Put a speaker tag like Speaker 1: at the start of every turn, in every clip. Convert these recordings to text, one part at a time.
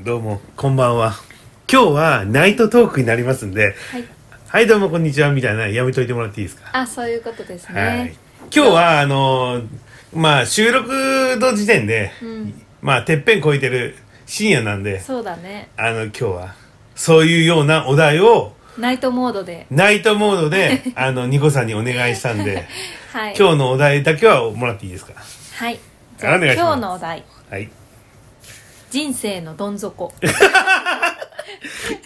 Speaker 1: どうも、こんばんは。今日はナイトトークになりますんで、
Speaker 2: はい。
Speaker 1: はい、どうも、こんにちは、みたいな、やめといてもらっていいですか。
Speaker 2: あ、そういうことですね。
Speaker 1: はい。今日は、あのー、まあ、収録の時点で、
Speaker 2: うん。
Speaker 1: まあ、てっぺん超えてる深夜なんで、
Speaker 2: そうだね。
Speaker 1: あの、今日は、そういうようなお題を、
Speaker 2: ナイトモードで。
Speaker 1: ナイトモード で、あの、ニコさんにお願いしたんで、
Speaker 2: はい。
Speaker 1: 今日のお題だけはもらっていいですか。
Speaker 2: はい。じゃあ
Speaker 1: お願いします
Speaker 2: 今日のお題。
Speaker 1: はい。
Speaker 2: 人生のどん底。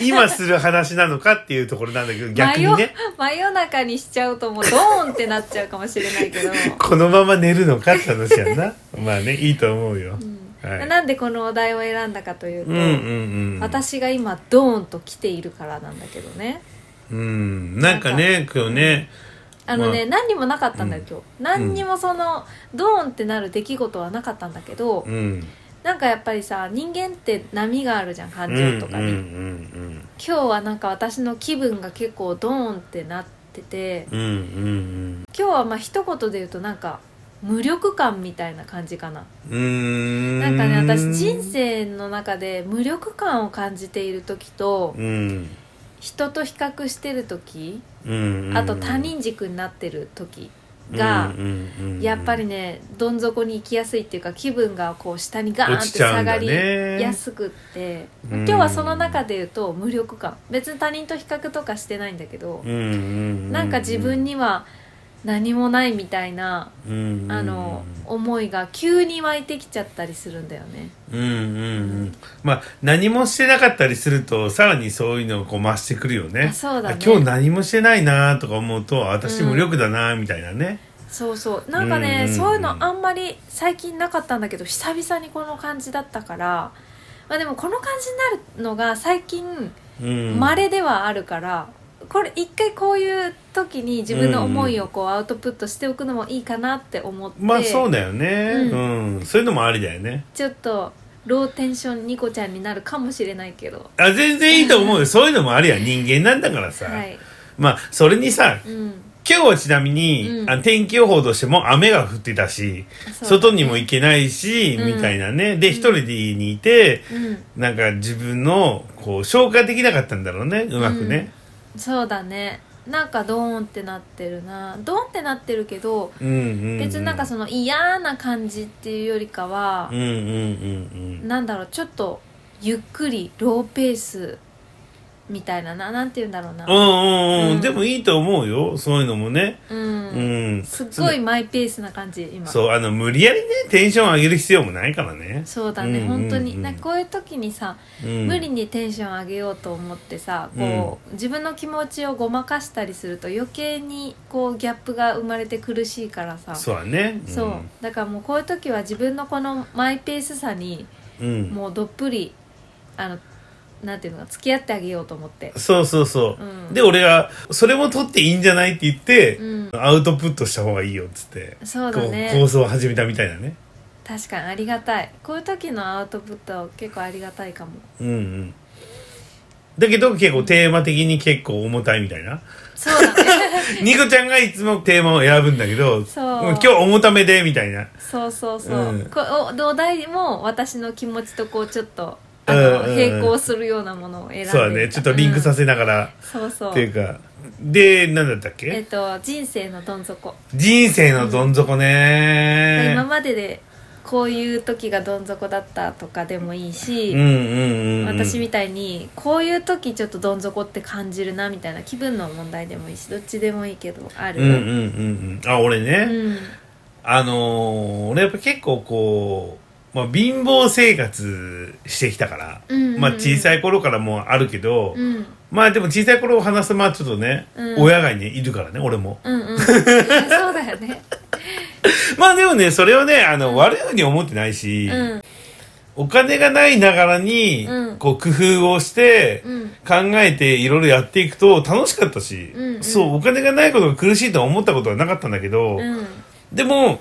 Speaker 1: 今する話なのかっていうところなんだけど、 逆にね、
Speaker 2: 真夜。真 夜中にしちゃうともうドーンってなっちゃうかもしれないけど。
Speaker 1: このまま寝るのかって話やん な。まあね、いいと思うよ。はい。
Speaker 2: なんでこのお題を選んだかというと、
Speaker 1: うんうんうん、
Speaker 2: 私が今ドーンと来ているからなんだけどね。
Speaker 1: うんなんかね今日ね
Speaker 2: あの
Speaker 1: ま
Speaker 2: ね、
Speaker 1: あ
Speaker 2: 何にもなかったんだよ今日、何にもそのドーンってなる出来事はなかったんだけど、
Speaker 1: うん
Speaker 2: なんかやっぱりさ人間って波があるじゃん感情とかに、
Speaker 1: うんうん
Speaker 2: 今日はなんか私の気分が結構ドーンってなってて
Speaker 1: うんうんうん
Speaker 2: 今日はまあ一言で言うとなんか無力感みたいな感じかな
Speaker 1: うんうーん
Speaker 2: なんかね私人生の中で無力感を感じている時と
Speaker 1: うん
Speaker 2: 人と比較してる時
Speaker 1: うんうん
Speaker 2: あと他人軸になってる時が
Speaker 1: うんうんうん
Speaker 2: やっぱりねどん底に行きやすいっていうか気分がこう下にガーンっ
Speaker 1: 落
Speaker 2: て
Speaker 1: ちちゃう
Speaker 2: 下
Speaker 1: んだ
Speaker 2: が
Speaker 1: ね
Speaker 2: りやすくって
Speaker 1: うん
Speaker 2: 今日はその中で言うと無力感別に他人と比較とかしてないんだけど
Speaker 1: うんうんうん
Speaker 2: なんか自分には何もないみたいな
Speaker 1: うんうん
Speaker 2: あの思いが急に湧いてきちゃったりするんだよね。
Speaker 1: うんうんうんまあ何もしてなかったりするとさらにそういうのをこう増してくるよね
Speaker 2: あそうだね
Speaker 1: 今日何もしてないなとか思うとあ私無力だなみたいなね、
Speaker 2: そうそうなんかね、
Speaker 1: うん
Speaker 2: そういうのあんまり最近なかったんだけど久々にこの感じだったから、まあ、でもこの感じになるのが最近
Speaker 1: うん、
Speaker 2: 稀ではあるから、これ一回こういう時に自分の思いをこうアウトプットしておくのもいいかなって思って、
Speaker 1: まあそうだよね、う、
Speaker 2: うん
Speaker 1: そういうのもありだよね。
Speaker 2: ちょっとローテンションニコちゃんになるかもしれないけど。
Speaker 1: あ全然いいと思うよ。そういうのもありや人間なんだからさ。
Speaker 2: はい、
Speaker 1: まあそれにさ、
Speaker 2: うん
Speaker 1: 今日はちなみに、
Speaker 2: うん
Speaker 1: あの天気予報としても雨が降ってたし、
Speaker 2: そう
Speaker 1: 外にも行けないし、
Speaker 2: うん
Speaker 1: みたいなね。で、一人で家にいて、
Speaker 2: うん、
Speaker 1: なんか自分のこう消化できなかったんだろうね。うまくね。
Speaker 2: そうだねなんかドーンってなってるなドーンってなってるけど
Speaker 1: うん、うん、うん。
Speaker 2: 別になんかその嫌な感じっていうよりかは
Speaker 1: うん、、うんうん
Speaker 2: なんだろうちょっとゆっくりローペースみたいなななんて言うんだろう
Speaker 1: うん。う
Speaker 2: な、
Speaker 1: んうんう。
Speaker 2: うんん
Speaker 1: でもいいと思うよ。そういうのもね。
Speaker 2: う
Speaker 1: うんん。
Speaker 2: すっごいマイペースな感じ今
Speaker 1: そう、あの、無理やりね、テンション上げる必要もないからね。
Speaker 2: そうだね、
Speaker 1: うん
Speaker 2: 本当
Speaker 1: うんうん
Speaker 2: になんかこういう時にさ、
Speaker 1: うん
Speaker 2: 無理にテンション上げようと思ってさこう、自分の気持ちをごまかしたりすると余計にこうギャップが生まれて苦しいからさ
Speaker 1: そうだね。ん
Speaker 2: そうだからもうこういう時は自分のこのマイペースさに
Speaker 1: うん。
Speaker 2: もうどっぷりあのなんていうのか付き合ってあげようと思って
Speaker 1: そうそうそう。
Speaker 2: うん
Speaker 1: で、俺は、それも取っていいんじゃないって言って、
Speaker 2: うん
Speaker 1: アウトプットした方がいいよっつって、
Speaker 2: そうだね
Speaker 1: こう構想を始めたみたいなね。
Speaker 2: 確かにありがたいこういう時のアウトプットは結構ありがたいかも
Speaker 1: うんうん。だけど結構テーマ的に結構重たいみたい な。
Speaker 2: そう だね
Speaker 1: ニコちゃんがいつもテーマを選ぶんだけど、
Speaker 2: そう
Speaker 1: も今日重ためでみたいな。
Speaker 2: そうそうそう、
Speaker 1: うん
Speaker 2: こおお題も私の気持ちとこうちょっとあ
Speaker 1: うん
Speaker 2: の、
Speaker 1: うんうん
Speaker 2: 並行するようなものを選んでみた
Speaker 1: そうだね。ちょっとリンクさ
Speaker 2: うん
Speaker 1: せながら、
Speaker 2: そうそう
Speaker 1: っていうか。で、なんだったっ
Speaker 2: え
Speaker 1: け
Speaker 2: っと人生のどん底、
Speaker 1: 人生のどん底ね。
Speaker 2: 今まででこういう時がどん底だったとかでもいいし、
Speaker 1: うんうんうん、うん。
Speaker 2: 私みたいにこういう時ちょっとどん底って感じるなみたいな気分の問題でもいいしどっちでもいいけどある
Speaker 1: うんうんうんうん。あ、俺ね。
Speaker 2: うん
Speaker 1: あのー俺やっぱ結構こう、まあ、貧乏生活してきたから、
Speaker 2: うんうんうん
Speaker 1: まあ小さい頃からもうあるけど、
Speaker 2: うん
Speaker 1: まあでも小さい頃を話すとまあちょっとね、
Speaker 2: うん
Speaker 1: 親がね、いるからね、俺も。
Speaker 2: うんうんそうだよね
Speaker 1: まあでもね、それをね、あの、悪いふうに思ってないし、
Speaker 2: うん
Speaker 1: お金がないながらに、
Speaker 2: うん
Speaker 1: こう工夫をして、
Speaker 2: うん
Speaker 1: 考えていろいろやっていくと楽しかったし、
Speaker 2: うんうん
Speaker 1: そう、お金がないことが苦しいとは思ったことはなかったんだけど、
Speaker 2: うん
Speaker 1: でも、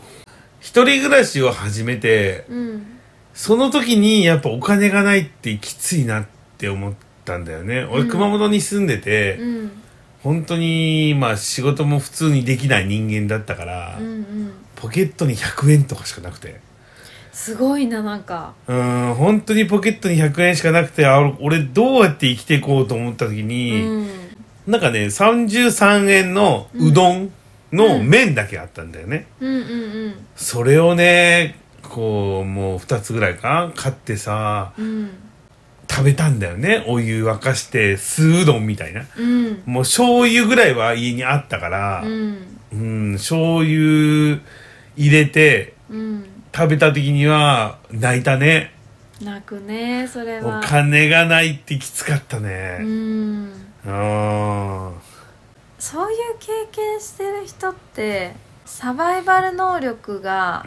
Speaker 1: 一人暮らしを始めて、
Speaker 2: うん
Speaker 1: その時にやっぱお金がないってきついなって思ったんだよね。俺、
Speaker 2: うん
Speaker 1: 熊本に住んでて、
Speaker 2: うん
Speaker 1: 本当にまあ仕事も普通にできない人間だったから、
Speaker 2: うんうん
Speaker 1: ポケットに100円とかしかなくて。
Speaker 2: すごいななんか
Speaker 1: うん本当にポケットに100円しかなくてあ俺どうやって生きていこうと思った時
Speaker 2: う
Speaker 1: に、
Speaker 2: ん
Speaker 1: なんかね33円のうどんの麺だけあったんだよね、
Speaker 2: うんうん
Speaker 1: それをねこうもう2つぐらいか買ってさ
Speaker 2: うんうん
Speaker 1: 食べたんだよねお湯沸かして酢うどんみたいな
Speaker 2: うん
Speaker 1: もう醤油ぐらいは家にあったから
Speaker 2: う、ん
Speaker 1: うん、醤油入れて
Speaker 2: うん
Speaker 1: 食べた時には泣いたね。
Speaker 2: 泣くねそれ
Speaker 1: お
Speaker 2: は
Speaker 1: 金がないってきつかった
Speaker 2: う
Speaker 1: ね。
Speaker 2: ん
Speaker 1: うん。
Speaker 2: そういう経験してる人ってサバイバル能力が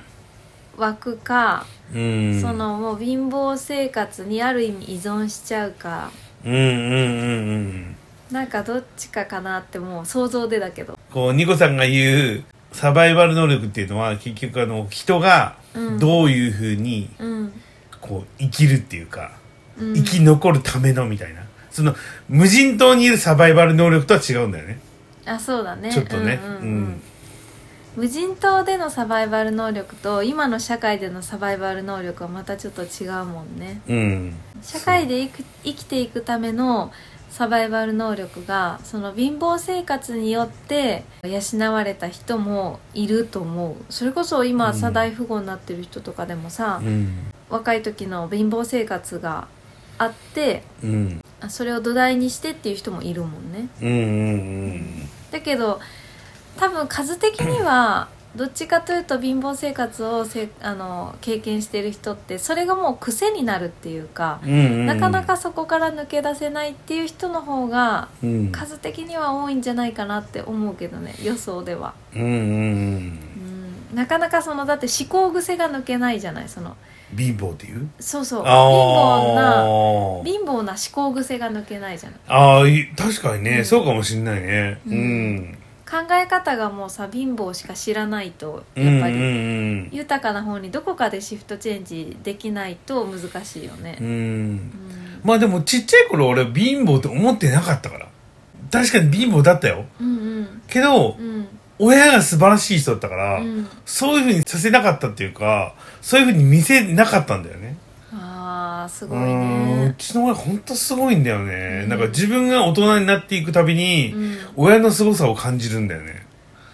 Speaker 2: 湧くか、
Speaker 1: うん。
Speaker 2: そ。のもう貧乏生活にある意味依存しちゃうか
Speaker 1: うんうんうんうん。
Speaker 2: なんかどっちかかなってもう想像でだけど
Speaker 1: こう、ニコさんが言うサバイバル能力っていうのは結局あの、人が
Speaker 2: うん
Speaker 1: どういうふうに
Speaker 2: うん、
Speaker 1: こう、生きるっていうか、
Speaker 2: うん、
Speaker 1: 生き残るためのみたいな。その、無人島にいるサバイバル能力とは違うんだよね。
Speaker 2: あそうだね
Speaker 1: ちょっとね。
Speaker 2: うんうんうん無人島でのサバイバル能力と今の社会でのサバイバル能力はまたちょっと違うもんね
Speaker 1: うん。うん。
Speaker 2: 社会で生き生きていくためのサバイバル能力がその貧乏生活によって養われた人もいると思うそれこそ今
Speaker 1: うん
Speaker 2: サ大富豪になってる人とかでもさ、
Speaker 1: うん。
Speaker 2: 若い時の貧乏生活があって
Speaker 1: うん。
Speaker 2: あそれを土台にしてっていう人もいるもんね
Speaker 1: うんうん
Speaker 2: だけど多分数的にはどっちかというと貧乏生活をせあの経験してる人ってそれがもう癖になるっていうか
Speaker 1: うん。うんうんうん。
Speaker 2: なかなかそこから抜け出せないっていう人の方が
Speaker 1: うん。
Speaker 2: 数的には多いんじゃないかなって思うけどね予想では、
Speaker 1: うんうん
Speaker 2: うん、なかなかそのだって思考癖が抜けないじゃないその
Speaker 1: うん。貧乏っていう
Speaker 2: そうそう貧乏
Speaker 1: あ
Speaker 2: な
Speaker 1: ー
Speaker 2: 貧乏な思考癖が抜けないじゃない
Speaker 1: あーい確かにね、
Speaker 2: うん
Speaker 1: そうかもしんないねう
Speaker 2: うん
Speaker 1: ん、
Speaker 2: 考え方がもうさ貧乏しか知らないと
Speaker 1: うん、うん
Speaker 2: やっぱ
Speaker 1: う
Speaker 2: り
Speaker 1: ん
Speaker 2: 豊かな方にどこかでシフトチェンジできないと難しいよ
Speaker 1: う
Speaker 2: ね、
Speaker 1: ん
Speaker 2: うん
Speaker 1: まあでもちっちゃい頃俺は貧乏って思ってなかったから確かに貧乏だったよ
Speaker 2: うん
Speaker 1: けど、
Speaker 2: うんうん
Speaker 1: 親が素晴らしい人だったから、
Speaker 2: うん
Speaker 1: そういうふうにさせなかったっていうかそういうふうに見せなかったんだよね
Speaker 2: あーす
Speaker 1: う
Speaker 2: ごい
Speaker 1: んう
Speaker 2: ね
Speaker 1: ちの親ほんとすごいんだよね、
Speaker 2: うん
Speaker 1: なんか自分が大人になっていくたびに、
Speaker 2: うん
Speaker 1: 親の凄さを感じるんだよね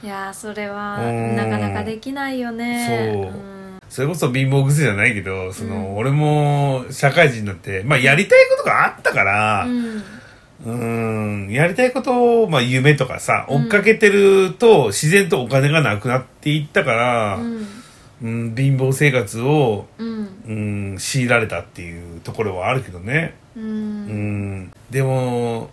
Speaker 2: いやーそれは
Speaker 1: うん
Speaker 2: なかなかできないよね
Speaker 1: そうんそれこそ貧乏癖じゃないけど、その、
Speaker 2: うん
Speaker 1: 俺も社会人になって、まあやりたいことがあったから、
Speaker 2: うん
Speaker 1: うーん、やりたいことを、まあ夢とかさ、
Speaker 2: うん
Speaker 1: 追っかけてると、自然とお金がなくなっていったから、うん、
Speaker 2: うん
Speaker 1: 貧乏生活を、
Speaker 2: うん
Speaker 1: うん、強いられたっていうところはあるけどね。
Speaker 2: う
Speaker 1: うん、
Speaker 2: ん
Speaker 1: でも、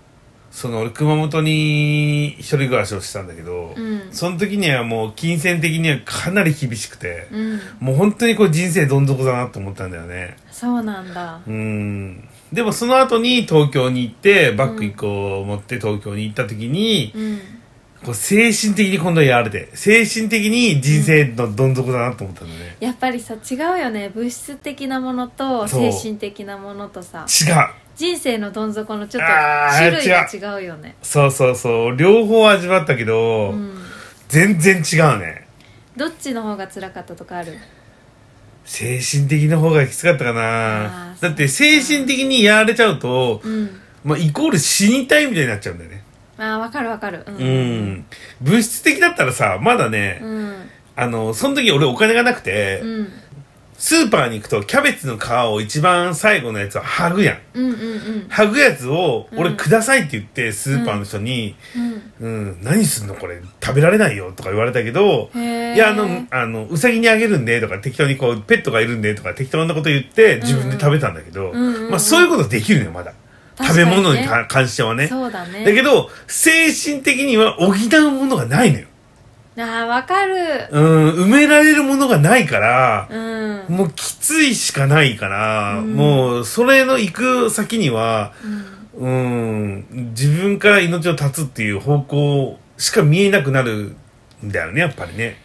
Speaker 1: その俺熊本に一人暮らしをしてたんだけど、
Speaker 2: うん
Speaker 1: その時にはもう金銭的にはかなり厳しくて、
Speaker 2: うん
Speaker 1: もう本当にこう人生どん底だなと思ったんだよね。
Speaker 2: そうなんだ
Speaker 1: うん。でもその後に東京に行って、バッグ1個持って東京に行った時に、
Speaker 2: うん
Speaker 1: こう精神的に今度はやられて、精神的に人生のどん底だなと思ったんだね。
Speaker 2: やっぱりさ違うよね物質的なものと
Speaker 1: そ
Speaker 2: 精
Speaker 1: う
Speaker 2: 神的なものとさ
Speaker 1: 違う
Speaker 2: 人生のどん底のちょっと
Speaker 1: あー
Speaker 2: 種類が違うよね
Speaker 1: そうそうそう。両方味わったけど、
Speaker 2: うん
Speaker 1: 全然違うね。
Speaker 2: どっちの方が辛かったとかある
Speaker 1: 精神的な方がきつかったかな
Speaker 2: あ。ー
Speaker 1: だって精神的にやられちゃうと、
Speaker 2: うん
Speaker 1: まあ、イコール死にたいみたいになっちゃうんだよね。
Speaker 2: あーわかるわかるうん
Speaker 1: うん。物質的だったらさ、まだね、
Speaker 2: うん
Speaker 1: あの、その時俺お金がなくて、
Speaker 2: うん
Speaker 1: スーパーに行くとキャベツの皮を一番最後のやつを剥ぐやん。
Speaker 2: うんうんうん
Speaker 1: 剥ぐやつを
Speaker 2: うん
Speaker 1: 俺くださいって言って、スーパーの人に、
Speaker 2: うん
Speaker 1: うん、何すんのこれ食べられないよとか言われたけど、
Speaker 2: へー
Speaker 1: いや、あの、あの、うさぎにあげるんでとか適当にこう、ペットがいるんでとか適当なこと言って自分で食べたんだけど、
Speaker 2: うんうんうん
Speaker 1: まあそういうことできるのよ、まだ。食
Speaker 2: 確か
Speaker 1: べ
Speaker 2: にね
Speaker 1: 物にか関してはね。
Speaker 2: そうだね
Speaker 1: だけど、精神的には補うものがないのよ。
Speaker 2: あーわかる
Speaker 1: うん、埋められるものがないから、
Speaker 2: うん
Speaker 1: もうきついしかないから、
Speaker 2: うん
Speaker 1: もうそれの行く先には、
Speaker 2: うん
Speaker 1: うん、自分から命を絶つっていう方向しか見えなくなるんだよね、やっぱりね。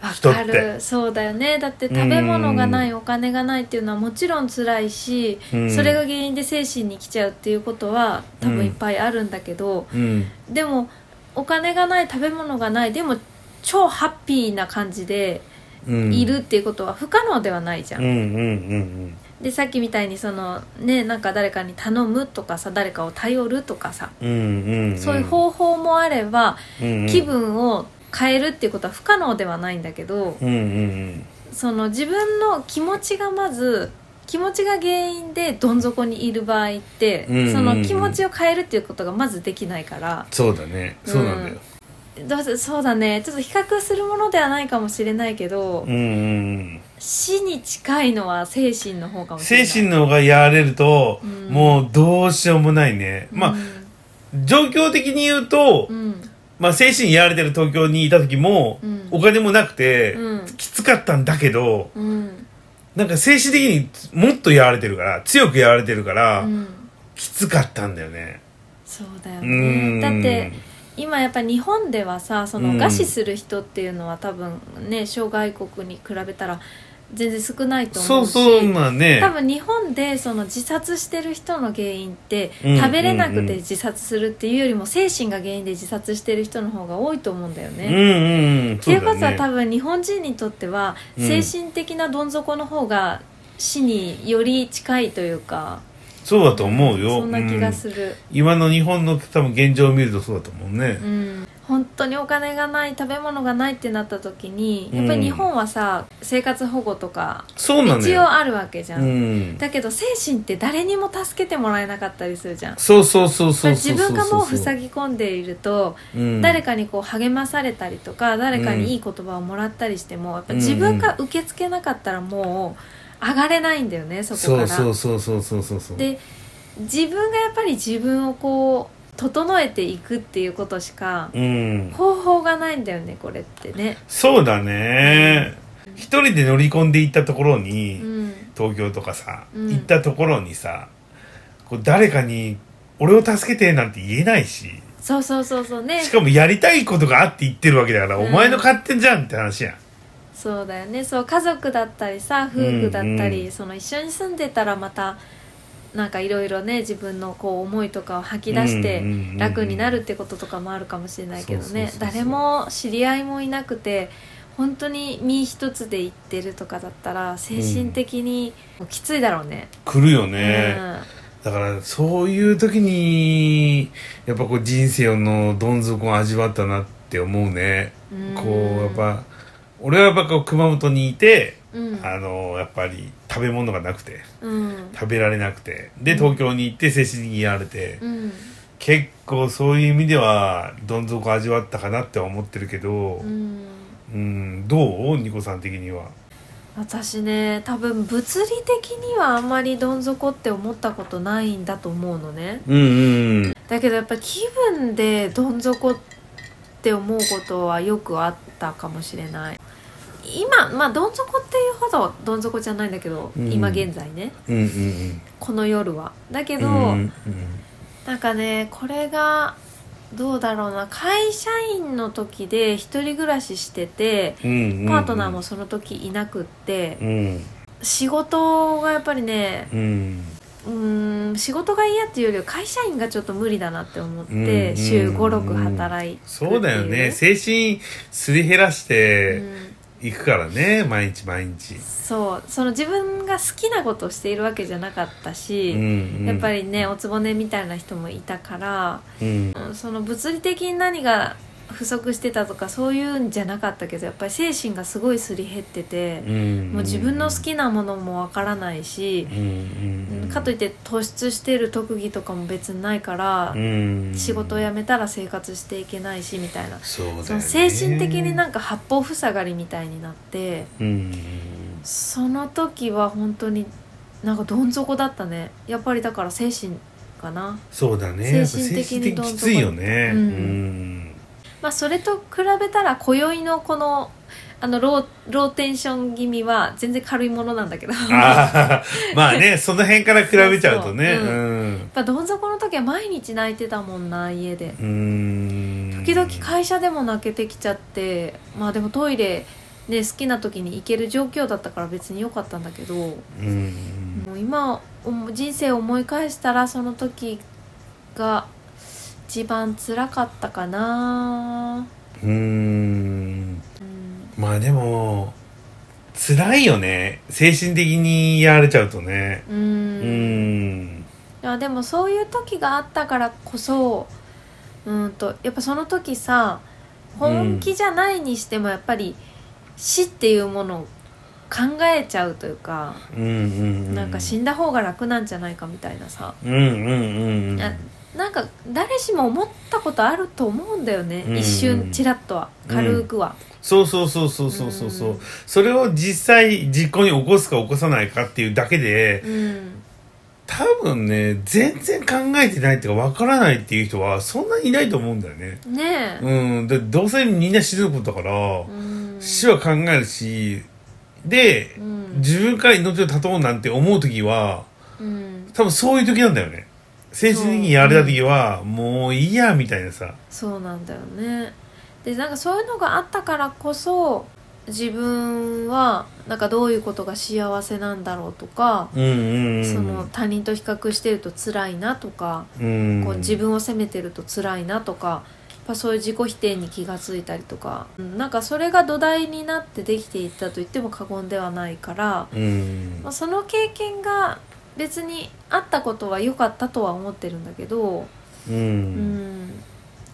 Speaker 2: わ
Speaker 1: 人っ
Speaker 2: か
Speaker 1: て
Speaker 2: るそうだよねだって食べ物がないお金がないっていうのはもちろん辛いし、
Speaker 1: うん
Speaker 2: それが原因で精神に来ちゃうっていうことは多
Speaker 1: うん
Speaker 2: 分いっぱいあるんだけど、
Speaker 1: うん。
Speaker 2: でもお金がない食べ物がないでも超ハッピーな感じで
Speaker 1: うん
Speaker 2: いるっていうことは不可能ではないじゃ
Speaker 1: うん
Speaker 2: ん、
Speaker 1: うんうん
Speaker 2: でさっきみたいにそのねなんか誰かに頼むとかさ誰かを頼るとかさ
Speaker 1: うんうんうん
Speaker 2: そういう方法もあれば、気
Speaker 1: 気
Speaker 2: 分を変えるっていうことは不可能ではないんだけど
Speaker 1: うんうん
Speaker 2: その自分の気持ちがまず気持ちが原因でどん底にいる場合って、
Speaker 1: うんうんうん
Speaker 2: その気持ちを変えるっていうことがまずできないから
Speaker 1: そうだねそうなんだよ
Speaker 2: どうせそうだねちょっと比較するものではないかもしれないけど、
Speaker 1: うんうん
Speaker 2: 死に近いのは精神の方か
Speaker 1: うん
Speaker 2: もしれな
Speaker 1: 精
Speaker 2: い
Speaker 1: 神の方がやれると
Speaker 2: うん
Speaker 1: もうどうしようもないねまあ状況的に言うと
Speaker 2: うんうん
Speaker 1: まあ精神やられてる東京にいた時も
Speaker 2: うん
Speaker 1: お金もなくて
Speaker 2: うん
Speaker 1: きつかったんだけど
Speaker 2: うん
Speaker 1: なんか精神的にもっとやられてるから強くやられてるか
Speaker 2: う
Speaker 1: ら
Speaker 2: ん
Speaker 1: きつかったんだよね
Speaker 2: そうだよ
Speaker 1: う
Speaker 2: ね
Speaker 1: ん
Speaker 2: だって今やっぱ日本ではさその
Speaker 1: うん
Speaker 2: 餓死する人っていうのは多分ね諸外国に比べたら全然少ないと
Speaker 1: そ
Speaker 2: 思
Speaker 1: う
Speaker 2: うし
Speaker 1: そうまあね
Speaker 2: 多分日本でその自殺してる人の原因って
Speaker 1: うん
Speaker 2: 食べれなく
Speaker 1: うんう
Speaker 2: て
Speaker 1: ん
Speaker 2: 自殺するっていうよりも精神が原因で自殺してる人の方が多いと思うんだよ
Speaker 1: う
Speaker 2: ね。
Speaker 1: んうんうん
Speaker 2: って
Speaker 1: そ
Speaker 2: いううこと
Speaker 1: だ
Speaker 2: は
Speaker 1: ね
Speaker 2: 多分日本人にとっては
Speaker 1: うん
Speaker 2: 精神的などん底の方が死により近いというか、
Speaker 1: そうだと思うよ
Speaker 2: そんな気が
Speaker 1: る
Speaker 2: する。
Speaker 1: 今の日本の多分現状を見るとそうだと思うね
Speaker 2: うん、本当にお金がない食べ物がないってなった時に
Speaker 1: うん
Speaker 2: やっぱり日本はさ、生活保護とか
Speaker 1: そうなの
Speaker 2: 一応
Speaker 1: よ
Speaker 2: あるわけじゃ、
Speaker 1: うんん
Speaker 2: だけど精神って誰にも助けてもらえなかったりするじゃん
Speaker 1: そうそうそう
Speaker 2: こ
Speaker 1: そ
Speaker 2: れ
Speaker 1: うそ
Speaker 2: 自
Speaker 1: う
Speaker 2: 分がもう
Speaker 1: そう
Speaker 2: 塞ぎ込んでいると、
Speaker 1: うん
Speaker 2: 誰かにこう励まされたりとか誰かにいい言葉をもらったりしても、やっぱ自分が受け付けなかったらもう上がれないんだよねそこ
Speaker 1: そ
Speaker 2: から
Speaker 1: うそうそうそうそうそうそう
Speaker 2: で自分がやっぱり自分をこう整えていくっていうことしか
Speaker 1: うん
Speaker 2: 方法がないんだよねこれってね
Speaker 1: そうだね一人で乗り込んでいったところに、
Speaker 2: うん
Speaker 1: 東京とかさ、
Speaker 2: うん
Speaker 1: 行ったところにさこう誰かに「俺を助けて」なんて言えないし
Speaker 2: そうそうそうそうね
Speaker 1: しかもやりたいことがあって言ってるわけだから、
Speaker 2: うん
Speaker 1: お前の勝手じゃんって話やん
Speaker 2: そうだよねそう家族だったりさ夫婦だったり、
Speaker 1: うんう
Speaker 2: その一緒に住んでたらまたなんかいろいろね自分のこう思いとかを吐き出して
Speaker 1: うんうんうんうん
Speaker 2: 楽になるってこととかもあるかもしれないけど
Speaker 1: そうそう
Speaker 2: ね
Speaker 1: そうそう
Speaker 2: 誰も知り合いもいなくて本当に身一つで行ってるとかだったら精神的にきついだろうね。
Speaker 1: 来るよ
Speaker 2: う
Speaker 1: ね、
Speaker 2: ん
Speaker 1: だからそういう時にやっぱこう人生のどん底を味わったなって思うね、
Speaker 2: うん
Speaker 1: こうやっぱ俺はやっぱこう熊本にいて、
Speaker 2: うん
Speaker 1: あのやっぱり食べ物がなくて
Speaker 2: うん
Speaker 1: 食べられなくてで東京に行って精神的にやられて、
Speaker 2: うん
Speaker 1: 結構そういう意味ではどん底味わったかなって思ってるけど
Speaker 2: う、ん
Speaker 1: うん、どうニコさん的には。
Speaker 2: 私ね多分物理的にはあんまりどん底って思ったことないんだと思うのね
Speaker 1: うんうん
Speaker 2: だけどやっぱ気分でどん底って思うことはよくあったかもしれない今まあどん底っていうほどどん底じゃないんだけど、
Speaker 1: うん
Speaker 2: 今現在ね
Speaker 1: うんうん
Speaker 2: この夜はだけ
Speaker 1: うん
Speaker 2: ど、
Speaker 1: うん
Speaker 2: なんかねこれがどうだろうな会社員の時で一人暮らししてて
Speaker 1: うんうん
Speaker 2: パートナーもその時いなくって、
Speaker 1: うん
Speaker 2: 仕事がやっぱりね
Speaker 1: うん
Speaker 2: うーん仕事が嫌っていうよりは会社員がちょっと無理だなって思って、
Speaker 1: うんうん
Speaker 2: 週56働いて
Speaker 1: そうだよね精神すり減らし
Speaker 2: う
Speaker 1: て
Speaker 2: ん、
Speaker 1: いくからね、毎日毎日、
Speaker 2: そうその自分が好きなことをしているわけじゃなかったし、やっぱ
Speaker 1: り、
Speaker 2: りねおつぼねみたいな人もいたから、
Speaker 1: うん
Speaker 2: うんその物理的に何が不足してたとかそういうんじゃなかったけどやっぱり精神がすごいすり減ってて、
Speaker 1: うん
Speaker 2: もう自分の好きなものもわからないし、
Speaker 1: うんうんうん
Speaker 2: かといって突出してる特技とかも別にないから、
Speaker 1: うん
Speaker 2: 仕事を辞めたら生活していけないしみたいな
Speaker 1: そうだよ、ね、
Speaker 2: その精神的になんか八方塞がりみたいになって
Speaker 1: うん
Speaker 2: その時は本当になんかどん底だったねやっぱりだから精神かな
Speaker 1: そうだね
Speaker 2: 精神的に
Speaker 1: やっぱ精神的きついよね
Speaker 2: どん底
Speaker 1: うん
Speaker 2: まあそれと比べたら今宵のこのあのローローテンション気味は全然軽いものなんだけどやっ
Speaker 1: ああ まあねその辺から比べちゃうとね
Speaker 2: そううそうんぱどん底の時は毎日泣いてたもんな家で
Speaker 1: うん
Speaker 2: 時々会社でも泣けてきちゃってまあでもトイレね好きな時に行ける状況だったから別に良かったんだけど
Speaker 1: うん
Speaker 2: もう今お人生を思い返したらその時が一番辛かったかな
Speaker 1: うん
Speaker 2: うん
Speaker 1: まあでも辛いよね精神的にやられちゃうとね
Speaker 2: う
Speaker 1: うんん
Speaker 2: いやでもそういう時があったからこそうんとやっぱその時さ本気じゃないにしてもやっぱり死っていうものを考えちゃうというか、
Speaker 1: うんうん
Speaker 2: なんか死んだ方が楽なんじゃないかみたいなさ
Speaker 1: うんうんうんうん
Speaker 2: あなんか誰しも思ったことあると思うんだよね、
Speaker 1: うん
Speaker 2: 一瞬ちらっとは軽くは、
Speaker 1: そうそうそうそうそうそうそううんそれを実際実行に起こすか起こさないかっていうだけで
Speaker 2: うん
Speaker 1: 多分ね全然考えてないっていうかわからないっていう人はそんなにいないと思うんだよね
Speaker 2: ねえ、
Speaker 1: うんでどうせみんな死ぬことだから、
Speaker 2: うん
Speaker 1: 死は考えるしで、
Speaker 2: うん
Speaker 1: 自分から命を絶とうなんて思う時は
Speaker 2: うん、
Speaker 1: 多分そういう時なんだよね精神的にやられた時は、もういいやみたいなさ
Speaker 2: そうなんだよねでなんかそういうのがあったからこそ自分はなんかどういうことが幸せなんだろうとか、
Speaker 1: うんうんうん
Speaker 2: その他人と比較してると辛いなとか、
Speaker 1: うん
Speaker 2: こう自分を責めてると辛いなとかやっぱそういう自己否定に気がついたりとかうんなんかそれが土台になってできていったと言っても過言ではないから、
Speaker 1: うん
Speaker 2: まあ、その経験が別にあったことは良かったとは思ってるんだけど、
Speaker 1: う
Speaker 2: うんん、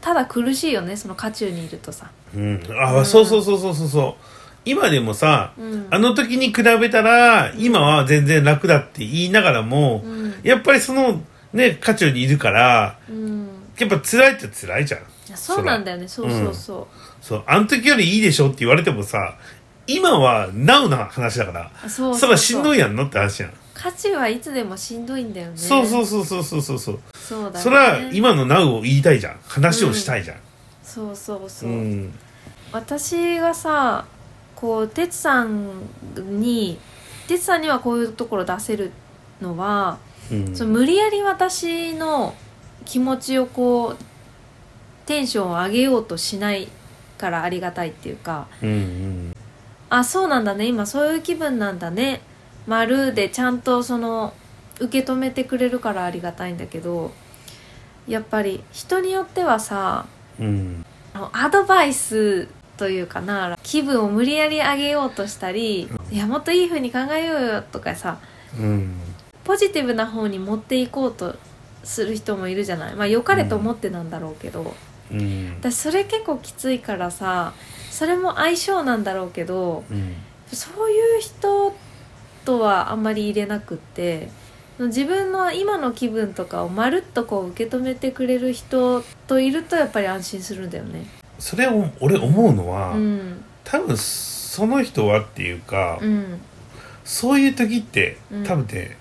Speaker 2: ただ苦しいよねその渦中にいるとさ。
Speaker 1: うんあそうそうそうそうそうそう今でもさ
Speaker 2: うん
Speaker 1: あの時に比べたら今は全然楽だって言いながらも、
Speaker 2: うん
Speaker 1: やっぱりそのね渦中にいるから
Speaker 2: うん、
Speaker 1: やっぱ辛いって辛いじゃん
Speaker 2: いやそうなんだよねそうそうそ
Speaker 1: そう、あの時よりいいでしょって言われてもさ、今はナウな話だから、
Speaker 2: う、そう
Speaker 1: そ
Speaker 2: そ
Speaker 1: ら
Speaker 2: う
Speaker 1: しんど
Speaker 2: い
Speaker 1: いやんのって話やん。
Speaker 2: 価値はいつでもしんどいんだよね
Speaker 1: そうそううそうそうそうそうそう。
Speaker 2: そうだ、ね、
Speaker 1: そら今のナウを言いたいじゃん。話をしたいじゃん。
Speaker 2: そうそう
Speaker 1: う
Speaker 2: そう、
Speaker 1: ん。
Speaker 2: 私がさこう哲さんに哲さんにはこういうところ出せるのは、
Speaker 1: うん。
Speaker 2: その無理やり私の気持ちをこうテンションを上げようとしないからありがたいっていうか、
Speaker 1: うんうん。
Speaker 2: あそうなんだね今そういう気分なんだねまるでちゃんとその受け止めてくれるからありがたいんだけどやっぱり人によってはさ
Speaker 1: うん。
Speaker 2: あのアドバイスというかな気分を無理やり上げようとしたりいやもっといい風に考えようよとかさ
Speaker 1: うん。
Speaker 2: ポジティブな方に持っていこうとする人もいるじゃないまあ良かれと思ってなんだろうけど、
Speaker 1: うん。
Speaker 2: 私それ結構きついからさそれも相性なんだろうけど
Speaker 1: うん。
Speaker 2: そういう人とはあんまり入れなくって自分の今の気分とかをまるっとこう受け止めてくれる人といるとやっぱり安心するんだよね。
Speaker 1: それを俺思うのは、
Speaker 2: うん、
Speaker 1: 多分その人はっていうか、
Speaker 2: うん、
Speaker 1: そういう時って
Speaker 2: うん
Speaker 1: 多分ね、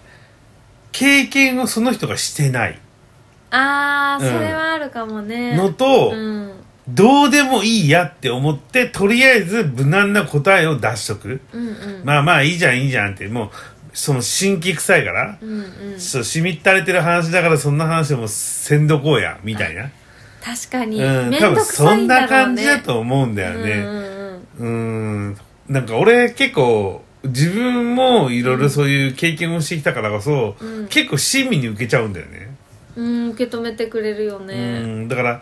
Speaker 1: 経験をその人がしてない
Speaker 2: あー
Speaker 1: うん
Speaker 2: それはあるかもね。
Speaker 1: のと、
Speaker 2: うん
Speaker 1: どうでもいいやって思って、とりあえず無難な答えを出しとく。
Speaker 2: うんうん
Speaker 1: まあまあいいじゃんいいじゃんって、もう、その新規臭いから、
Speaker 2: うんうん、
Speaker 1: そう、しみったれてる話だからそんな話でもせんどこうや、みたいな。
Speaker 2: 確かに、
Speaker 1: うん、
Speaker 2: めん
Speaker 1: 多分
Speaker 2: どく
Speaker 1: そ
Speaker 2: さい
Speaker 1: ん
Speaker 2: んだ
Speaker 1: な
Speaker 2: ろう
Speaker 1: 感
Speaker 2: ね。
Speaker 1: じだと思うんだよ
Speaker 2: うん
Speaker 1: ね。
Speaker 2: うんうん
Speaker 1: うん、なんか俺結構、自分もいろいろそういう経験をしてきたからこそ、
Speaker 2: うん
Speaker 1: 結構親身に受けちゃうんだよね。
Speaker 2: うん、受け止めてくれるよね。
Speaker 1: うんだから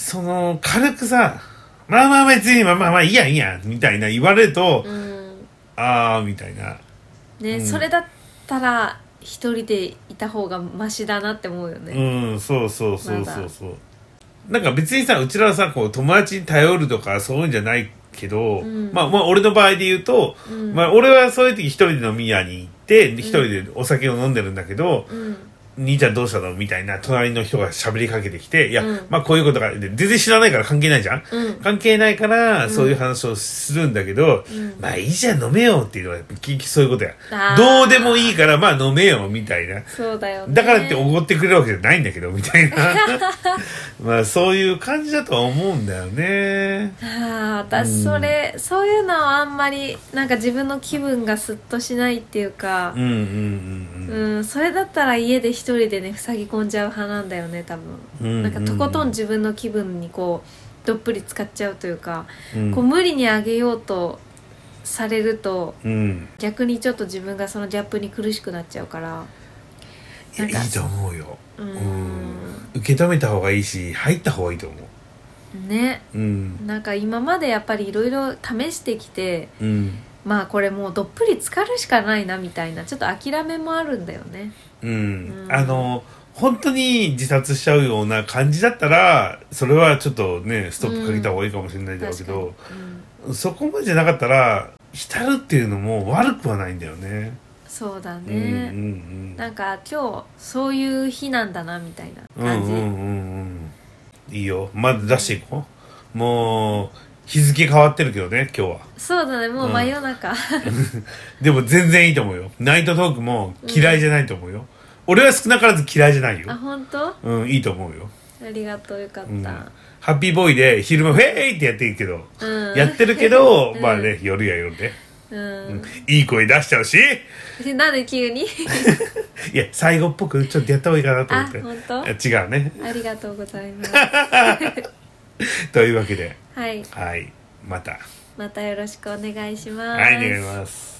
Speaker 1: その軽くさ「まあまあ別にまあまあまあいいやいいや」みたいな言われると「
Speaker 2: うん、
Speaker 1: ああ」みたいなう
Speaker 2: ね、
Speaker 1: ん
Speaker 2: それだったら一人でいた方がマシだなって思うよね。
Speaker 1: うんそうそうそう
Speaker 2: ま
Speaker 1: そう
Speaker 2: だ
Speaker 1: そうなんか別にさうちらはさこう友達に頼るとかそういうんじゃないけど、
Speaker 2: うん
Speaker 1: まあまあ俺の場合で言うと、
Speaker 2: うん
Speaker 1: まあ俺はそういう時一人で飲み屋に行って一人でお酒を飲んでるんだけど、
Speaker 2: うん
Speaker 1: 兄ちゃんどうしたのみたいな隣の人が喋りかけてきて「いや、
Speaker 2: うん
Speaker 1: まあこういうことがで全然知らないから関係ないじゃん、
Speaker 2: うん
Speaker 1: 関係ないから
Speaker 2: ん
Speaker 1: そういう話をするんだけど、
Speaker 2: うん
Speaker 1: まあいいじゃん飲めよっていうのは結局そういうことや
Speaker 2: あー
Speaker 1: どうでもいいからまあ飲めよみたいな
Speaker 2: そうだよね
Speaker 1: だからっておごってくれるわけじゃないんだけどみたいな まあそういう感じだとは思うんだよね
Speaker 2: ああ私それ、そういうのはあんまりなんか自分の気分がスッとしないっていうか
Speaker 1: うんうん
Speaker 2: う、
Speaker 1: うんん
Speaker 2: それだったら家で一人でね塞ぎ込んじゃう派なんだよね多分、
Speaker 1: うんうん
Speaker 2: なんかとことん自分の気分にこうどっぷり使っちゃうというか、
Speaker 1: うん
Speaker 2: こう無理にあげようとされると
Speaker 1: うん
Speaker 2: 逆にちょっと自分がそのギャップに苦しくなっちゃうから
Speaker 1: いや
Speaker 2: なんか
Speaker 1: いいと思うよ
Speaker 2: う
Speaker 1: うん受け止めた方がいいし入った方がいいと思
Speaker 2: ね
Speaker 1: ううん
Speaker 2: なんか今までやっぱりいろいろ試してきて
Speaker 1: うん
Speaker 2: ままあこれもうどっぷり浸かるしかないなみたいなちょっと諦めもあるんだよね
Speaker 1: うん
Speaker 2: うん
Speaker 1: あの本当に自殺しちゃうような感じだったらそれはちょっとねストップかけた方がいいかもしれないだろうけ
Speaker 2: 確かに、う
Speaker 1: ど
Speaker 2: ん、、
Speaker 1: そこまでじゃなかったら浸るっていうのも悪くはないんだよね。
Speaker 2: そうだ
Speaker 1: うんうん
Speaker 2: ね、
Speaker 1: うん、
Speaker 2: なんか今日そういう日なんだなみたいな
Speaker 1: うんう
Speaker 2: 感じ、
Speaker 1: んうんうんいいよまだ出していこうもう日付変わってるけどね今日は
Speaker 2: そうだねもう真夜中、
Speaker 1: でも全然いいと思うよナイトトークも嫌いじゃないと思うよ、俺は少なからず嫌いじゃないよ
Speaker 2: あ本当あ
Speaker 1: うんいいと思うよ、
Speaker 2: りがとうよかっ
Speaker 1: うん、
Speaker 2: た
Speaker 1: ハ、ッピーボーイで昼間フェーイってやってるけど、
Speaker 2: うん
Speaker 1: やってるけど、
Speaker 2: うん
Speaker 1: まあね夜や夜で、
Speaker 2: うん
Speaker 1: いい声出しちゃうし
Speaker 2: でなんで急に
Speaker 1: いや最後っぽくちょっとやった方がいいかなと思
Speaker 2: あ
Speaker 1: って
Speaker 2: 本当
Speaker 1: いや違うね
Speaker 2: ありがとうございます
Speaker 1: というわけで
Speaker 2: はい
Speaker 1: はいまた
Speaker 2: またよろしくお願いします
Speaker 1: はい願います